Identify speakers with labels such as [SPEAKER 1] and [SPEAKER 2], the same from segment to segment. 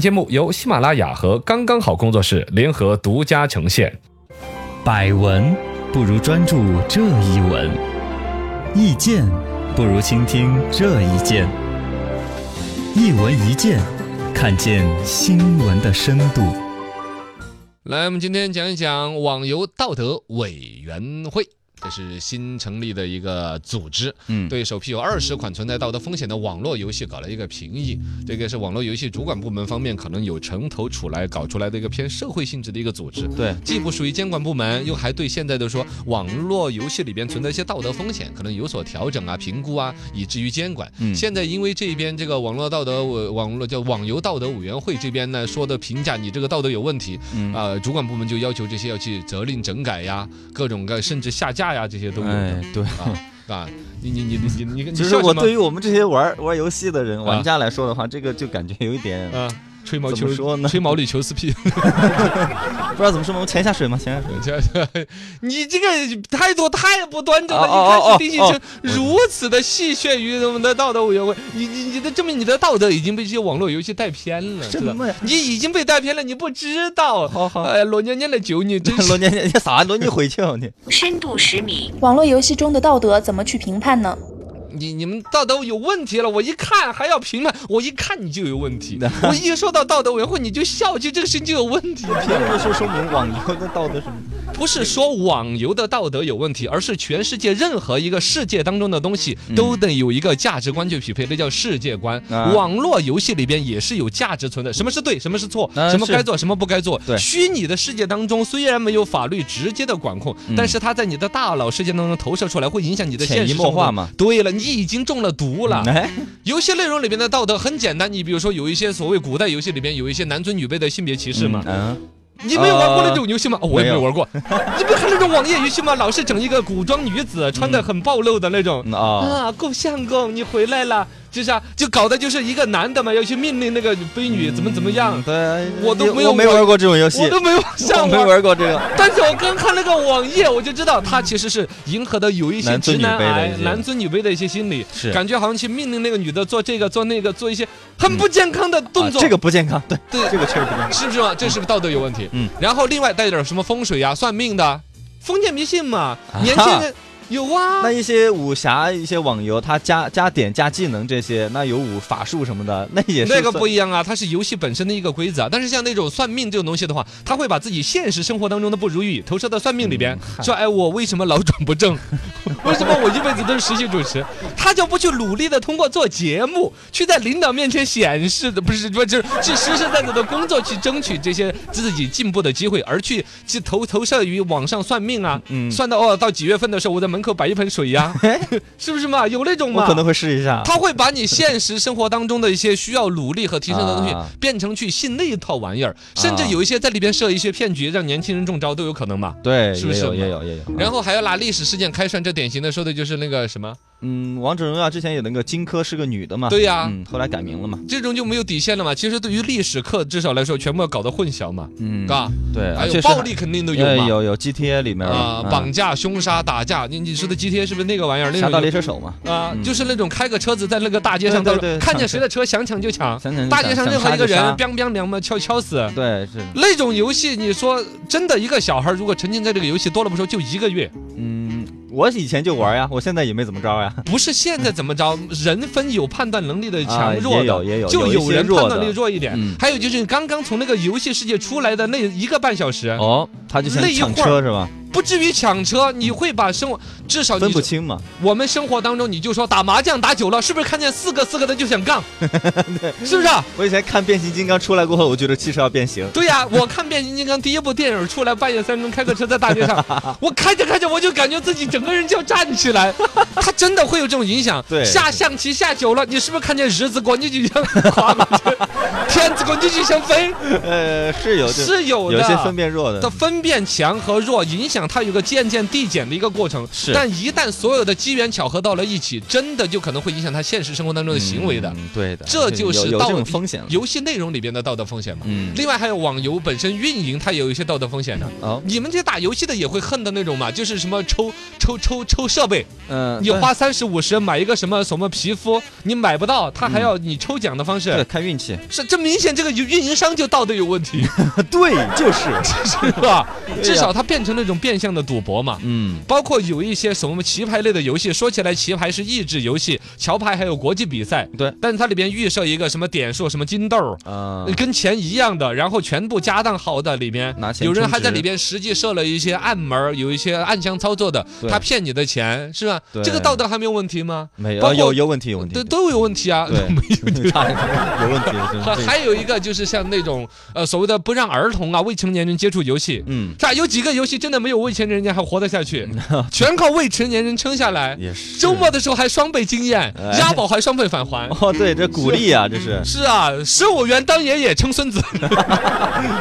[SPEAKER 1] 节目由喜马拉雅和刚刚好工作室联合独家呈现。
[SPEAKER 2] 百闻不如专注这一闻，意见不如倾听这一见。一闻一见，看见新闻的深度。
[SPEAKER 1] 来，我们今天讲一讲网游道德委员会。这是新成立的一个组织，
[SPEAKER 2] 嗯，
[SPEAKER 1] 对首批有二十款存在道德风险的网络游戏搞了一个评议。这个是网络游戏主管部门方面可能有城头出来搞出来的一个偏社会性质的一个组织，
[SPEAKER 2] 对，
[SPEAKER 1] 既不属于监管部门，又还对现在的说网络游戏里边存在一些道德风险，可能有所调整啊、评估啊，以至于监管。
[SPEAKER 2] 嗯
[SPEAKER 1] 现在因为这边这个网络道德委网络叫网游道德委员会这边呢说的评价你这个道德有问题，
[SPEAKER 2] 嗯
[SPEAKER 1] 呃，主管部门就要求这些要去责令整改呀，各种各甚至下架呀，这些都有的
[SPEAKER 3] 哎，对，
[SPEAKER 1] 啊啊！你你你你你你
[SPEAKER 3] 其
[SPEAKER 1] 笑
[SPEAKER 3] 实我
[SPEAKER 1] 什么
[SPEAKER 3] 对于我们这些玩玩游戏的人、
[SPEAKER 1] 啊
[SPEAKER 3] 玩家来说的话，这个就感觉有一点
[SPEAKER 1] 啊，吹毛
[SPEAKER 3] 怎
[SPEAKER 1] 求
[SPEAKER 3] 么说呢
[SPEAKER 1] 吹毛里求斯屁，
[SPEAKER 3] 不知道怎么说嘛，我潜一下水嘛，潜一下水。
[SPEAKER 1] 这这你这个态度太不端正了！
[SPEAKER 3] 哦
[SPEAKER 1] 你
[SPEAKER 3] 哦哦
[SPEAKER 1] 看，丁信
[SPEAKER 3] 哦
[SPEAKER 1] 成如此的戏谑于我们的道德委员会，你你你的证明你的道德已经被这些网络游戏带偏了，
[SPEAKER 3] 什
[SPEAKER 1] 知道
[SPEAKER 3] 么呀？
[SPEAKER 1] 你已经被带偏了，你不知道。
[SPEAKER 3] 好好，
[SPEAKER 1] 哎，罗娘娘来救 你，真 是
[SPEAKER 3] 罗年你啥？罗你回去啊你？
[SPEAKER 4] 深度十米，
[SPEAKER 5] 网络游戏中的道德怎么去评判呢？
[SPEAKER 1] 你你们道德有问题了，我一看还要评判，我一看你就有问 题，我一说到道德委员会你就笑，就这个事情就有问题。
[SPEAKER 3] 凭什么说说明网游的道德什么？
[SPEAKER 1] 不是说网游的道德有问题，而是全世界任何一个世界当中的东西都得有一个价值观去匹配，那叫世界观。
[SPEAKER 3] 嗯啊
[SPEAKER 1] 网络游戏里边也是有价值存在，什么是对，什么是错，
[SPEAKER 3] 啊
[SPEAKER 1] 什么
[SPEAKER 3] 是
[SPEAKER 1] 该做，什么不该做。
[SPEAKER 3] 对
[SPEAKER 1] 虚拟的世界当中虽然没有法律直接的管控，
[SPEAKER 3] 嗯
[SPEAKER 1] 但是它在你的大脑世界当中投射出来，会影响你的
[SPEAKER 3] 潜
[SPEAKER 1] 现实
[SPEAKER 3] 移默
[SPEAKER 1] 生活
[SPEAKER 3] 化嘛。
[SPEAKER 1] 对了，你已经中了毒了。
[SPEAKER 3] 哎，
[SPEAKER 1] 游戏内容里边的道德很简单，你比如说有一些所谓古代游戏里边有一些男尊女卑的性别歧视嘛，
[SPEAKER 3] 嗯，
[SPEAKER 1] 你没有玩过那种游戏吗？哦我也没
[SPEAKER 3] 没
[SPEAKER 1] 有
[SPEAKER 3] 有
[SPEAKER 1] 玩 过。你没有看那种网页游戏吗？老是整一个古装女子，穿的很暴露的那种。
[SPEAKER 3] 嗯啊，
[SPEAKER 1] 啊，够相公，你回来了，就是啊，就搞的就是一个男的嘛，要去命令那个卑女怎么怎么样。
[SPEAKER 3] 嗯对，
[SPEAKER 1] 我都没有
[SPEAKER 3] 没玩过这种游戏
[SPEAKER 1] 我，都没有
[SPEAKER 3] 我
[SPEAKER 1] 上
[SPEAKER 3] 没
[SPEAKER 1] 玩，
[SPEAKER 3] 玩过这个。
[SPEAKER 1] 但是我刚看那个网页，我就知道他其实是迎合的有一些
[SPEAKER 3] 男
[SPEAKER 1] 直
[SPEAKER 3] 尊女
[SPEAKER 1] 男
[SPEAKER 3] 卑的
[SPEAKER 1] 癌
[SPEAKER 3] 一、些
[SPEAKER 1] 男尊女卑的一些心理，
[SPEAKER 3] 是
[SPEAKER 1] 感觉好像去命令那个女的做这个做那个，做一些很不健康的动作。
[SPEAKER 3] 啊这个不健康，对
[SPEAKER 1] 对
[SPEAKER 3] 这个确实不健康。
[SPEAKER 1] 是不是嘛？这是不是道德有问题？嗯
[SPEAKER 3] 嗯。
[SPEAKER 1] 然后另外带点什么风水呀、算命的，封建迷信嘛，年轻人有啊
[SPEAKER 3] 那。一些武侠、一些网游，它加加点、加技能这些，那有武法术什么的，那也是
[SPEAKER 1] 那个
[SPEAKER 3] 算
[SPEAKER 1] 不一样啊，它是游戏本身的一个规则啊。但是像那种算命这种东西的话，他会把自己现实生活当中的不如意投射到算命里
[SPEAKER 3] 嗯
[SPEAKER 1] 边，说哎，我为什么老转不正？ 为什么我一辈子都是实习主持？他就不去努力的通过做节目，去在领导面前显示的，不是不是，就是去实实在在的工作，去争取这些自己进步的机会，而去去投投射于网上算命啊，
[SPEAKER 3] 嗯
[SPEAKER 1] 算到哦，到几月份的时候，我在门口摆一盆水呀、 是不是嘛？有那种嘛？
[SPEAKER 3] 我可能会试一下。
[SPEAKER 1] 他会把你现实生活当中的一些需要努力和提升的东西
[SPEAKER 3] 啊，
[SPEAKER 1] 变成去信那一套玩意儿，甚至有一些在里边设一些骗局，让年轻人中招都有可能嘛。
[SPEAKER 3] 对，
[SPEAKER 1] 是不
[SPEAKER 3] 也
[SPEAKER 1] 是
[SPEAKER 3] 有
[SPEAKER 1] 嘛
[SPEAKER 3] 也有也有。
[SPEAKER 1] 然后还要拿历史事件开涮，这典型的说的就是那个什么，
[SPEAKER 3] 嗯，王者荣耀之前有那个荆轲是个女的嘛？
[SPEAKER 1] 对呀
[SPEAKER 3] 嗯，后来改名了嘛。
[SPEAKER 1] 这种就没有底线了嘛。其实对于历史课至少来说，全部要搞得混淆嘛，
[SPEAKER 3] 嗯，
[SPEAKER 1] 嘎，
[SPEAKER 3] 对，
[SPEAKER 1] 还
[SPEAKER 3] 而
[SPEAKER 1] 有
[SPEAKER 3] 且
[SPEAKER 1] 暴力肯定都有
[SPEAKER 3] 有
[SPEAKER 1] 嘛。
[SPEAKER 3] 哎有有 GTA 里面
[SPEAKER 1] 啊，
[SPEAKER 3] 嗯
[SPEAKER 1] 绑架、凶杀、打架，你你说的 GTA 是不是那个玩意儿？那
[SPEAKER 3] 侠
[SPEAKER 1] 种
[SPEAKER 3] 盗猎车手嘛。
[SPEAKER 1] 啊，
[SPEAKER 3] 嗯
[SPEAKER 1] 就是那种开个车子在那个大街上，
[SPEAKER 3] 对对
[SPEAKER 1] 到
[SPEAKER 3] 对
[SPEAKER 1] 看见
[SPEAKER 3] 抢
[SPEAKER 1] 谁的车想抢就抢，
[SPEAKER 3] 想想就
[SPEAKER 1] 大街上
[SPEAKER 3] 想
[SPEAKER 1] 任何一个人
[SPEAKER 3] 想杀就杀
[SPEAKER 1] biang biang 两嘛敲敲死。
[SPEAKER 3] 对是，
[SPEAKER 1] 那种游戏，你说真的，一个小孩如果沉浸在这个游戏多了不说，就一个 月，
[SPEAKER 3] 嗯，我以前就玩呀，我现在也没怎么着呀。
[SPEAKER 1] 不是现在怎么着，人分有判断能力的强
[SPEAKER 3] 啊
[SPEAKER 1] 弱
[SPEAKER 3] 也
[SPEAKER 1] 的，
[SPEAKER 3] 有也有
[SPEAKER 1] 就
[SPEAKER 3] 有一些
[SPEAKER 1] 人
[SPEAKER 3] 弱
[SPEAKER 1] 判断
[SPEAKER 3] 的
[SPEAKER 1] 力弱一点。
[SPEAKER 3] 嗯
[SPEAKER 1] 还有就是你刚刚从那个游戏世界出来的那一个半小时，
[SPEAKER 3] 哦，他就想
[SPEAKER 1] 嗯那一
[SPEAKER 3] 抢
[SPEAKER 1] 会儿
[SPEAKER 3] 车是吧？
[SPEAKER 1] 不至于抢车，你会把生活至少
[SPEAKER 3] 分
[SPEAKER 1] 你
[SPEAKER 3] 不清嘛。
[SPEAKER 1] 我们生活当中，你就说打麻将打久了，是不是看见四个四个的就想 杠，是不是、啊？
[SPEAKER 3] 我以前看变形金刚出来过后，我觉得汽车要变形。
[SPEAKER 1] 对呀、我看变形金刚第一部电影出来，半夜三更开个车在大街 上，我开着开着我就感觉自己整个人就要站起 来，它真的会有这种影响。
[SPEAKER 3] 对
[SPEAKER 1] 下象棋下久了，你是不是看见日子过你就想滑过去， 天子过你就想飞？
[SPEAKER 3] 呃，是有这
[SPEAKER 1] 是有的。
[SPEAKER 3] 有一些分辨弱的
[SPEAKER 1] 的。分辨强和弱，影响它有个渐渐递减的一个过程。
[SPEAKER 3] 是
[SPEAKER 1] 但一旦所有的机缘巧合到了一起，真的就可能会影响他现实生活当中的行为的。
[SPEAKER 3] 嗯，对的，
[SPEAKER 1] 这就是
[SPEAKER 3] 有有
[SPEAKER 1] 道
[SPEAKER 3] 这
[SPEAKER 1] 德
[SPEAKER 3] 种风险了。
[SPEAKER 1] 游戏内容里边的道德风险嘛。
[SPEAKER 3] 嗯，
[SPEAKER 1] 另外还有网游本身运营，它也有一些道德风险的。
[SPEAKER 3] 哦，
[SPEAKER 1] 你们这些打游戏的也会恨的那种嘛，就是什么抽抽抽抽设备，
[SPEAKER 3] 嗯，
[SPEAKER 1] 你花三十五十买一个什么什么皮肤，你买不到，他还要你抽奖的方
[SPEAKER 3] 嗯对
[SPEAKER 1] 式，
[SPEAKER 3] 看运气，
[SPEAKER 1] 是证明明显这个运营商就道德有问题，
[SPEAKER 3] 对，就是，
[SPEAKER 1] 是吧？至少它变成了一种变相的赌博嘛。
[SPEAKER 3] 嗯，
[SPEAKER 1] 包括有一些什么棋牌类的游戏，说起来棋牌是益智游戏，桥牌还有国际比赛，
[SPEAKER 3] 对
[SPEAKER 1] 但是它里边预设一个什么点数、什么金豆儿，
[SPEAKER 3] 啊，
[SPEAKER 1] 跟钱一样的，然后全部家当好的里面
[SPEAKER 3] 拿，钱
[SPEAKER 1] 有人还
[SPEAKER 3] 充值
[SPEAKER 1] 在里边实际设了一些暗门儿，有一些暗箱操作的，
[SPEAKER 3] 对
[SPEAKER 1] 他骗你的钱是吧
[SPEAKER 3] 对？
[SPEAKER 1] 这个道德还没有问题吗？
[SPEAKER 3] 没
[SPEAKER 1] 包括
[SPEAKER 3] 有有有问题，有问题，
[SPEAKER 1] 都 都有问题啊，
[SPEAKER 3] 对，
[SPEAKER 1] 没有
[SPEAKER 3] 有有问题，真
[SPEAKER 1] 还
[SPEAKER 3] 是
[SPEAKER 1] 还有一个就是像那种呃所谓的不让儿童啊未成年人接触游戏，
[SPEAKER 3] 嗯，
[SPEAKER 1] 是吧？有几个游戏真的没有未成年人还活得下去，全靠未成年人撑下来。
[SPEAKER 3] 也是
[SPEAKER 1] 周末的时候还双倍经验
[SPEAKER 3] 哎，
[SPEAKER 1] 押宝还双倍返还。
[SPEAKER 3] 哦，对，这鼓励啊，这是
[SPEAKER 1] 是啊，十五元当爷爷撑孙子，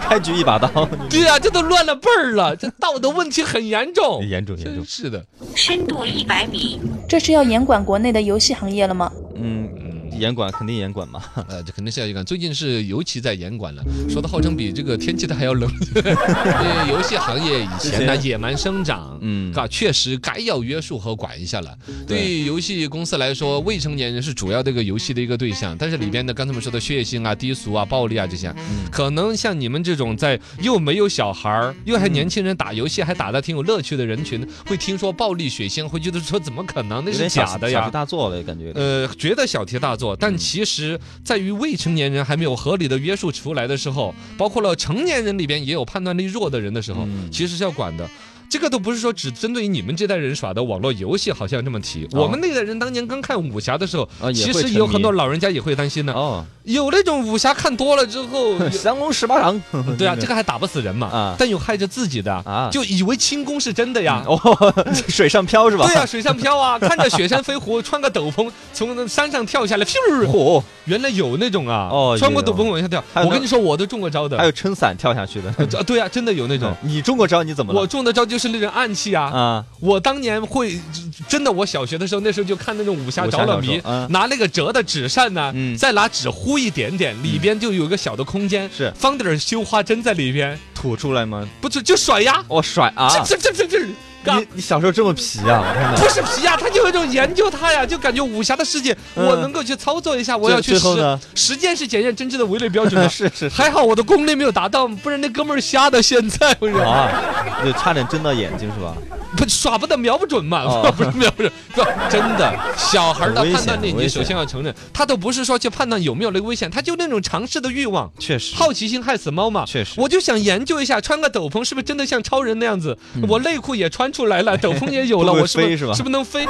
[SPEAKER 3] 开局一把刀，
[SPEAKER 1] 对啊，这都乱了辈儿了，这道德问题很严重，
[SPEAKER 3] 严重严
[SPEAKER 1] 真
[SPEAKER 3] 重，
[SPEAKER 1] 是的。
[SPEAKER 4] 深度一百米。
[SPEAKER 5] 这是要严管国内的游戏行业了吗？
[SPEAKER 3] 嗯，严管肯定严管嘛，
[SPEAKER 1] 呃，这肯定是要严管。最近是尤其在严管了，说的号称比这个天气它还 要冷。 因为游戏行业以前呢
[SPEAKER 3] 之前
[SPEAKER 1] 野蛮生长，
[SPEAKER 3] 嗯
[SPEAKER 1] 嗯，啊，确实该要约束和管一下了。
[SPEAKER 3] 对
[SPEAKER 1] 对于游戏公司来说，未成年人是主要这个游戏的一个对象，但是里边的刚才我们说的血腥啊、低俗啊、暴力啊这些，
[SPEAKER 3] 嗯
[SPEAKER 1] 可能像你们这种在又没有小孩儿，又
[SPEAKER 3] 嗯
[SPEAKER 1] 还年轻人打游戏还打得挺有乐趣的人群，会听说暴力血腥，会觉得说怎么可能？那
[SPEAKER 3] 有
[SPEAKER 1] 是
[SPEAKER 3] 点小
[SPEAKER 1] 假的
[SPEAKER 3] 小
[SPEAKER 1] 呀
[SPEAKER 3] 题。大做了，感觉有点，
[SPEAKER 1] 呃，觉得小题大做，
[SPEAKER 3] 嗯
[SPEAKER 1] 但其实在于未成年人还没有合理的约束出来的时候，包括了成年人里边也有判断力弱的人的时候，
[SPEAKER 3] 嗯
[SPEAKER 1] 其实是要管的。这个都不是说只针对于你们这代人耍的网络游戏，好像这么提。
[SPEAKER 3] 哦
[SPEAKER 1] 我们那代人当年刚看武侠的时候，
[SPEAKER 3] 啊也
[SPEAKER 1] 其
[SPEAKER 3] 会
[SPEAKER 1] 实
[SPEAKER 3] 沉
[SPEAKER 1] 有很多
[SPEAKER 3] 迷
[SPEAKER 1] 老人家也会担心呢。
[SPEAKER 3] 哦，
[SPEAKER 1] 有那种武侠看多了之 后，有
[SPEAKER 3] 降龙十八掌，
[SPEAKER 1] 呃对啊，这个还打不死人嘛，
[SPEAKER 3] 啊
[SPEAKER 1] 但有害着自己的，
[SPEAKER 3] 啊
[SPEAKER 1] 就以为轻功是真的呀。
[SPEAKER 3] 哦，水上漂是吧？
[SPEAKER 1] 对呀、水上漂 啊，看着雪山飞狐，穿个斗篷从那山上跳下来，咻！
[SPEAKER 3] 嚯，
[SPEAKER 1] 原来有那种啊，
[SPEAKER 3] 哦
[SPEAKER 1] 穿过
[SPEAKER 3] 也有
[SPEAKER 1] 斗篷往下跳。
[SPEAKER 3] 还有
[SPEAKER 1] 我
[SPEAKER 3] 那
[SPEAKER 1] 跟你说，我都中过招的。
[SPEAKER 3] 还有撑伞跳下去的，
[SPEAKER 1] 啊，对啊，真的有那种。
[SPEAKER 3] 你中过招，你怎么
[SPEAKER 1] 我
[SPEAKER 3] 了？
[SPEAKER 1] 中的招就是那种暗器啊！
[SPEAKER 3] 啊，
[SPEAKER 1] 我当年会，真的，我小学的时候，那时候就看那种武侠着了
[SPEAKER 3] 武侠
[SPEAKER 1] 迷
[SPEAKER 3] 小说，嗯
[SPEAKER 1] 拿那个折的纸扇呢
[SPEAKER 3] 嗯，
[SPEAKER 1] 再拿纸糊一点点，里边就有一个小的空间，
[SPEAKER 3] 是
[SPEAKER 1] 放点儿绣花针在里边，
[SPEAKER 3] 吐出来吗？
[SPEAKER 1] 不就就甩呀，
[SPEAKER 3] 我甩啊！
[SPEAKER 1] 这这这这这，干
[SPEAKER 3] 你你小时候这么皮啊？我看到
[SPEAKER 1] 不是皮呀，他就有一种研究它呀，就感觉武侠的世界，
[SPEAKER 3] 嗯
[SPEAKER 1] 我能够去操作一下，我要去
[SPEAKER 3] 最后
[SPEAKER 1] 实
[SPEAKER 3] 呢
[SPEAKER 1] 实践是检验真正的唯类标准的。
[SPEAKER 3] 是是是
[SPEAKER 1] 还好我的功力没有达到，不然那哥们儿瞎的。现在不是
[SPEAKER 3] 啊，就差点睁到眼睛是吧？
[SPEAKER 1] 不耍不得瞄不准嘛，
[SPEAKER 3] 哦
[SPEAKER 1] 不是瞄不准，不真的小孩儿的
[SPEAKER 3] 很危
[SPEAKER 1] 判断
[SPEAKER 3] 险
[SPEAKER 1] 力，
[SPEAKER 3] 很
[SPEAKER 1] 你
[SPEAKER 3] 危
[SPEAKER 1] 首先
[SPEAKER 3] 险
[SPEAKER 1] 要承认，他都不是说去判断有没有那个危险，他就那种尝试的欲望。
[SPEAKER 3] 确实
[SPEAKER 1] 好奇心害死猫嘛，
[SPEAKER 3] 确实
[SPEAKER 1] 我就想研究一下，穿个斗篷是不是真的像超人那样子？我内裤也穿出 来了，斗篷也有了，
[SPEAKER 3] 嗯会
[SPEAKER 1] 我
[SPEAKER 3] 不会
[SPEAKER 1] 是不
[SPEAKER 3] 飞是吧嗯
[SPEAKER 1] 是不是能飞？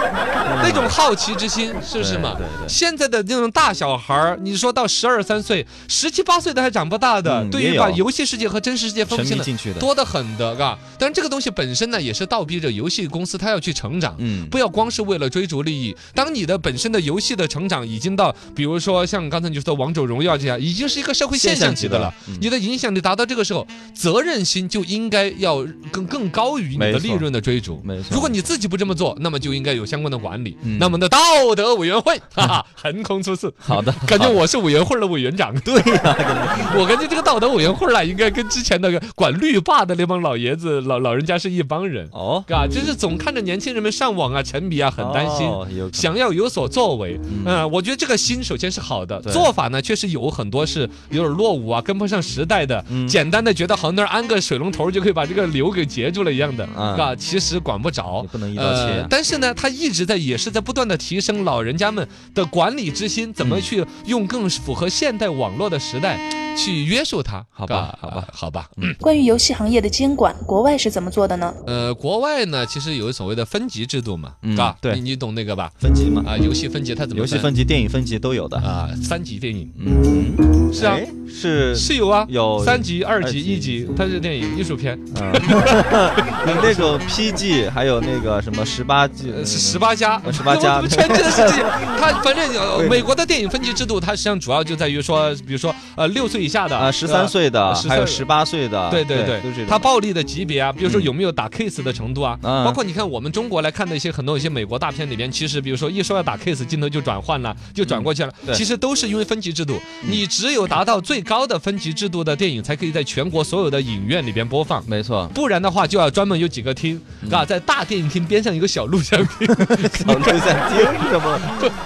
[SPEAKER 1] 那种好奇之心是不是嘛
[SPEAKER 3] 对对？对
[SPEAKER 1] 现在的那种大小孩儿，你说到十二三岁、十七八岁的还长不大的，
[SPEAKER 3] 嗯
[SPEAKER 1] 对
[SPEAKER 3] 也
[SPEAKER 1] 于
[SPEAKER 3] 有
[SPEAKER 1] 把游戏世界和真实世界分不清
[SPEAKER 3] 沉迷
[SPEAKER 1] 的
[SPEAKER 3] 进去的
[SPEAKER 1] 多得很的，嘎。但是这个东西本身呢，也是倒逼着游戏公司它要去成长。
[SPEAKER 3] 嗯
[SPEAKER 1] 不要光是为了追逐利益。当你的本身的游戏的成长已经到，比如说像刚才你说《王者荣耀》这样，已经是一个社会现象级的了
[SPEAKER 3] 现象级的了嗯，
[SPEAKER 1] 你的影响力达到这个时候，责任心就应该要更更高于你
[SPEAKER 3] 没
[SPEAKER 1] 的
[SPEAKER 3] 错
[SPEAKER 1] 利润的追逐。
[SPEAKER 3] 没错
[SPEAKER 1] 如果你自己不这么做，那么就应该有相关的管理。
[SPEAKER 3] 嗯
[SPEAKER 1] 那么呢，道德委员会，哈哈，横空出世。
[SPEAKER 3] 好啊的，
[SPEAKER 1] 感觉我是委员会的委员长。对呀、 我感觉这个道德委员会啊，应该跟之前那个管绿霸的那帮老爷子、老老人家是一帮人。
[SPEAKER 3] 哦，
[SPEAKER 1] 啊，就是总看着年轻人们上网啊、沉迷啊，很担心。
[SPEAKER 3] 哦有可能
[SPEAKER 1] 想要有所作为，嗯、我觉得这个心首先是好的，
[SPEAKER 3] 对
[SPEAKER 1] 做法呢确实有很多是有点落伍啊，跟不上时代的，
[SPEAKER 3] 嗯
[SPEAKER 1] 简单的觉得好像那儿安个水龙头就可以把这个流给截住了一样的，
[SPEAKER 3] 嗯
[SPEAKER 1] 啊，其实管不着呃
[SPEAKER 3] 也，不能一刀切啊呀
[SPEAKER 1] 但是呢，他一直在也是在不断的提升老人家们的管理之心，怎
[SPEAKER 3] 嗯
[SPEAKER 1] 么去用更符合现代网络的时代去约束他，
[SPEAKER 3] 好吧
[SPEAKER 1] 啊
[SPEAKER 3] 好吧
[SPEAKER 1] 好吧，
[SPEAKER 5] 关于游戏行业的监管，国外是怎么做的呢？
[SPEAKER 1] 呃，国外呢，其实有所谓的分级制度嘛，
[SPEAKER 3] 嗯
[SPEAKER 1] 啊，
[SPEAKER 3] 对
[SPEAKER 1] 你你懂那个吧？
[SPEAKER 3] 分级嘛，
[SPEAKER 1] 啊，游戏分级它怎么
[SPEAKER 3] 游戏分级、电影分级都有的。
[SPEAKER 1] 啊？三级电影
[SPEAKER 3] 嗯，
[SPEAKER 1] 是啊
[SPEAKER 3] 哎，是
[SPEAKER 1] 是有啊，
[SPEAKER 3] 有
[SPEAKER 1] 三级、二级、
[SPEAKER 3] 级嗯
[SPEAKER 1] 一级，它是电影艺术片，
[SPEAKER 3] 有那种 PG，还有那个什么十八 G，
[SPEAKER 1] 呃，是十八加，
[SPEAKER 3] 呃18加
[SPEAKER 1] 我怎么全真的是 这些？它反正有美国的电影分级制度，它实际上主要就在于说，比如说呃，六岁以下的
[SPEAKER 3] 啊，十
[SPEAKER 1] 呃
[SPEAKER 3] 三。岁的，
[SPEAKER 1] 13
[SPEAKER 3] 还有十八岁的，
[SPEAKER 1] 对对对
[SPEAKER 3] 对，都是这，种
[SPEAKER 1] 它暴力的级别啊，比如说
[SPEAKER 3] 嗯
[SPEAKER 1] 有没有打 kiss 的程度啊，
[SPEAKER 3] 嗯
[SPEAKER 1] 包括你看我们中国来看的一些很多一些美国大片里边，其实比如说一说要打 case，镜头就转换了，就转过去了。
[SPEAKER 3] 嗯对嗯
[SPEAKER 1] 其实都是因为分级制度，你只有达到最高的分级制度的电影，才可以在全国所有的影院里边播放。
[SPEAKER 3] 没错，
[SPEAKER 1] 不然的话，就要专门有几个厅
[SPEAKER 3] 嗯
[SPEAKER 1] 啊，在大电影厅边上一个小录像 厅，
[SPEAKER 3] 小 录像厅是吗？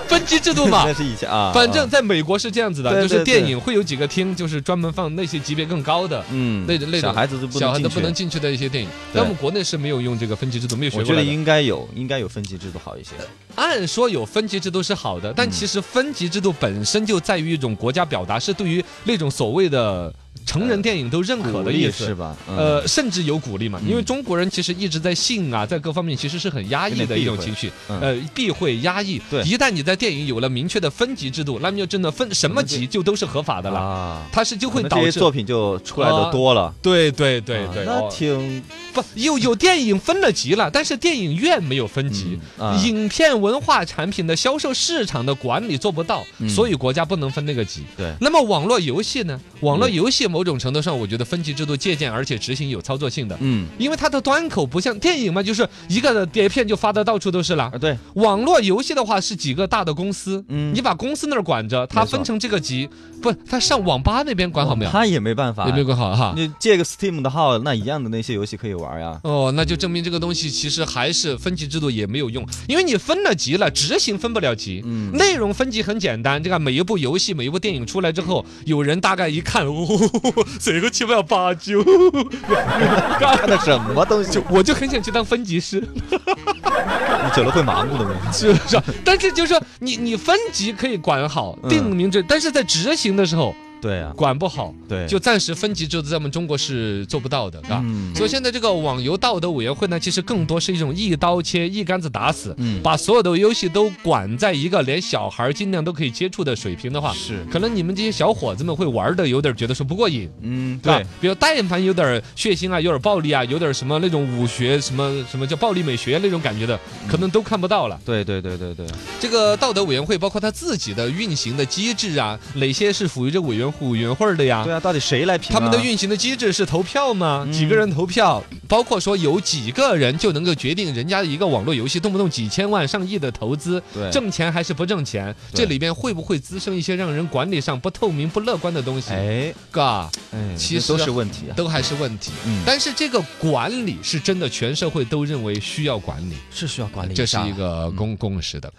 [SPEAKER 1] 分级制度嘛
[SPEAKER 3] 那。是以前啊，
[SPEAKER 1] 反正
[SPEAKER 3] 啊
[SPEAKER 1] 在美国是这样子的，
[SPEAKER 3] 对
[SPEAKER 1] 就是
[SPEAKER 3] 对
[SPEAKER 1] 电
[SPEAKER 3] 对
[SPEAKER 1] 影会有几个厅，就是专门放那些级别更高的。
[SPEAKER 3] 嗯，
[SPEAKER 1] 那那种
[SPEAKER 3] 小孩子就不
[SPEAKER 1] 小孩
[SPEAKER 3] 能
[SPEAKER 1] 子
[SPEAKER 3] 进去
[SPEAKER 1] 不能。进去的一些电影，
[SPEAKER 3] 对
[SPEAKER 1] 那我们国内是没有用这个分级制度，没有学
[SPEAKER 3] 我
[SPEAKER 1] 过
[SPEAKER 3] 觉
[SPEAKER 1] 来
[SPEAKER 3] 得
[SPEAKER 1] 的。
[SPEAKER 3] 应该有，应该有分级制度好一些。
[SPEAKER 1] 按说有分级制度是好的，
[SPEAKER 3] 嗯
[SPEAKER 1] 但其实分级制度本身就在于一种国家表达，是对于那种所谓的成人电影都认可的意
[SPEAKER 3] 是
[SPEAKER 1] 思。
[SPEAKER 3] 吧？嗯，
[SPEAKER 1] 呃，甚至有鼓励嘛，
[SPEAKER 3] 嗯
[SPEAKER 1] 因为中国人其实一直在性啊，在各方面其实是很压抑的一种情绪，
[SPEAKER 3] 有点避嗯
[SPEAKER 1] 呃，避讳、压抑。
[SPEAKER 3] 对
[SPEAKER 1] 一旦你在电影有了明确的分级制度，那么就真的分什么级就都是合法的了，
[SPEAKER 3] 啊，
[SPEAKER 1] 它是就会
[SPEAKER 3] 可能
[SPEAKER 1] 导
[SPEAKER 3] 这些
[SPEAKER 1] 致
[SPEAKER 3] 作。品就出来的多了。
[SPEAKER 1] 对对对
[SPEAKER 3] 啊
[SPEAKER 1] 对，
[SPEAKER 3] 那
[SPEAKER 1] 哦
[SPEAKER 3] 挺
[SPEAKER 1] 不，有有电影分了级了，但是电影院没有分级。
[SPEAKER 3] 嗯啊
[SPEAKER 1] 影片文化产品的销售市场的管理做不到，
[SPEAKER 3] 嗯
[SPEAKER 1] 所以国家不能分那个级。
[SPEAKER 3] 对
[SPEAKER 1] 那么网络游戏呢？网络游戏某种程度上，我觉得分级制度借鉴，而且执行有操作性的。
[SPEAKER 3] 嗯
[SPEAKER 1] 因为它的端口不像电影嘛，就是一个碟片就发的到处都是了
[SPEAKER 3] 啊，。对，
[SPEAKER 1] 网络游戏的话是几个大的公司，
[SPEAKER 3] 嗯
[SPEAKER 1] 你把公司那儿管着，它
[SPEAKER 3] 没错哦
[SPEAKER 1] 分成这个级，不，它上网吧那边管好没有？
[SPEAKER 3] 他也没办法
[SPEAKER 1] 有没有管好哈？
[SPEAKER 3] 你借个 Steam 的号，那一样的那些游戏可以玩呀。
[SPEAKER 1] 哦，那就证明这个东西其实还是分级制度也没有用，因为你分了级了，执行分不了级。
[SPEAKER 3] 嗯
[SPEAKER 1] 内容分级很简单，这个每一部游戏、每一部电影出来之后，
[SPEAKER 3] 嗯
[SPEAKER 1] 有人大概一看，哦， 这个七八八九，
[SPEAKER 3] 看的什么东西？就
[SPEAKER 1] 我就很想去当分级师，
[SPEAKER 3] 你久了会麻木的问题。
[SPEAKER 1] 是不是？但是就是说，你你分级可以管好，
[SPEAKER 3] 嗯
[SPEAKER 1] 定明这，但是在执行的时候
[SPEAKER 3] 对啊，
[SPEAKER 1] 管不好，
[SPEAKER 3] 对，
[SPEAKER 1] 就暂时分级制度在我们中国是做不到的，啊。
[SPEAKER 3] 嗯
[SPEAKER 1] 所以现在这个网游道德委员会呢，其实更多是一种一刀切、一竿子打死，
[SPEAKER 3] 嗯
[SPEAKER 1] 把所有的游戏都管在一个连小孩儿尽量都可以接触的水平的话，
[SPEAKER 3] 是
[SPEAKER 1] 可能你们这些小伙子们会玩的有点觉得说不过瘾。
[SPEAKER 3] 嗯
[SPEAKER 1] 是吧
[SPEAKER 3] 对，，
[SPEAKER 1] 比如但凡有点血腥啊，有点暴力啊，有点什么那种武学什么什么叫暴力美学那种感觉的，可能都看不到了。
[SPEAKER 3] 对对对对对，
[SPEAKER 1] 这个道德委员会包括他自己的运行的机制啊，哪些是属于这委员会委员会儿的呀？
[SPEAKER 3] 对啊，到底谁来评啊？
[SPEAKER 1] 他们的运行的机制是投票吗？
[SPEAKER 3] 嗯
[SPEAKER 1] 几个人投票，包括说有几个人就能够决定人家一个网络游戏动不动几千万、上亿的投资，
[SPEAKER 3] 对
[SPEAKER 1] 挣钱还是不挣钱？
[SPEAKER 3] 对
[SPEAKER 1] 这里边会不会滋生一些让人管理上不透明、不乐观的东西？
[SPEAKER 3] 哎
[SPEAKER 1] 嘎，
[SPEAKER 3] 哎，
[SPEAKER 1] 其
[SPEAKER 3] 这
[SPEAKER 1] 实
[SPEAKER 3] 都是问题啊。
[SPEAKER 1] 都还是问题。
[SPEAKER 3] 嗯，
[SPEAKER 1] 但是这个管理是真的，全社会都认为需要管理，
[SPEAKER 3] 是需要管
[SPEAKER 1] 这是一个公共识的。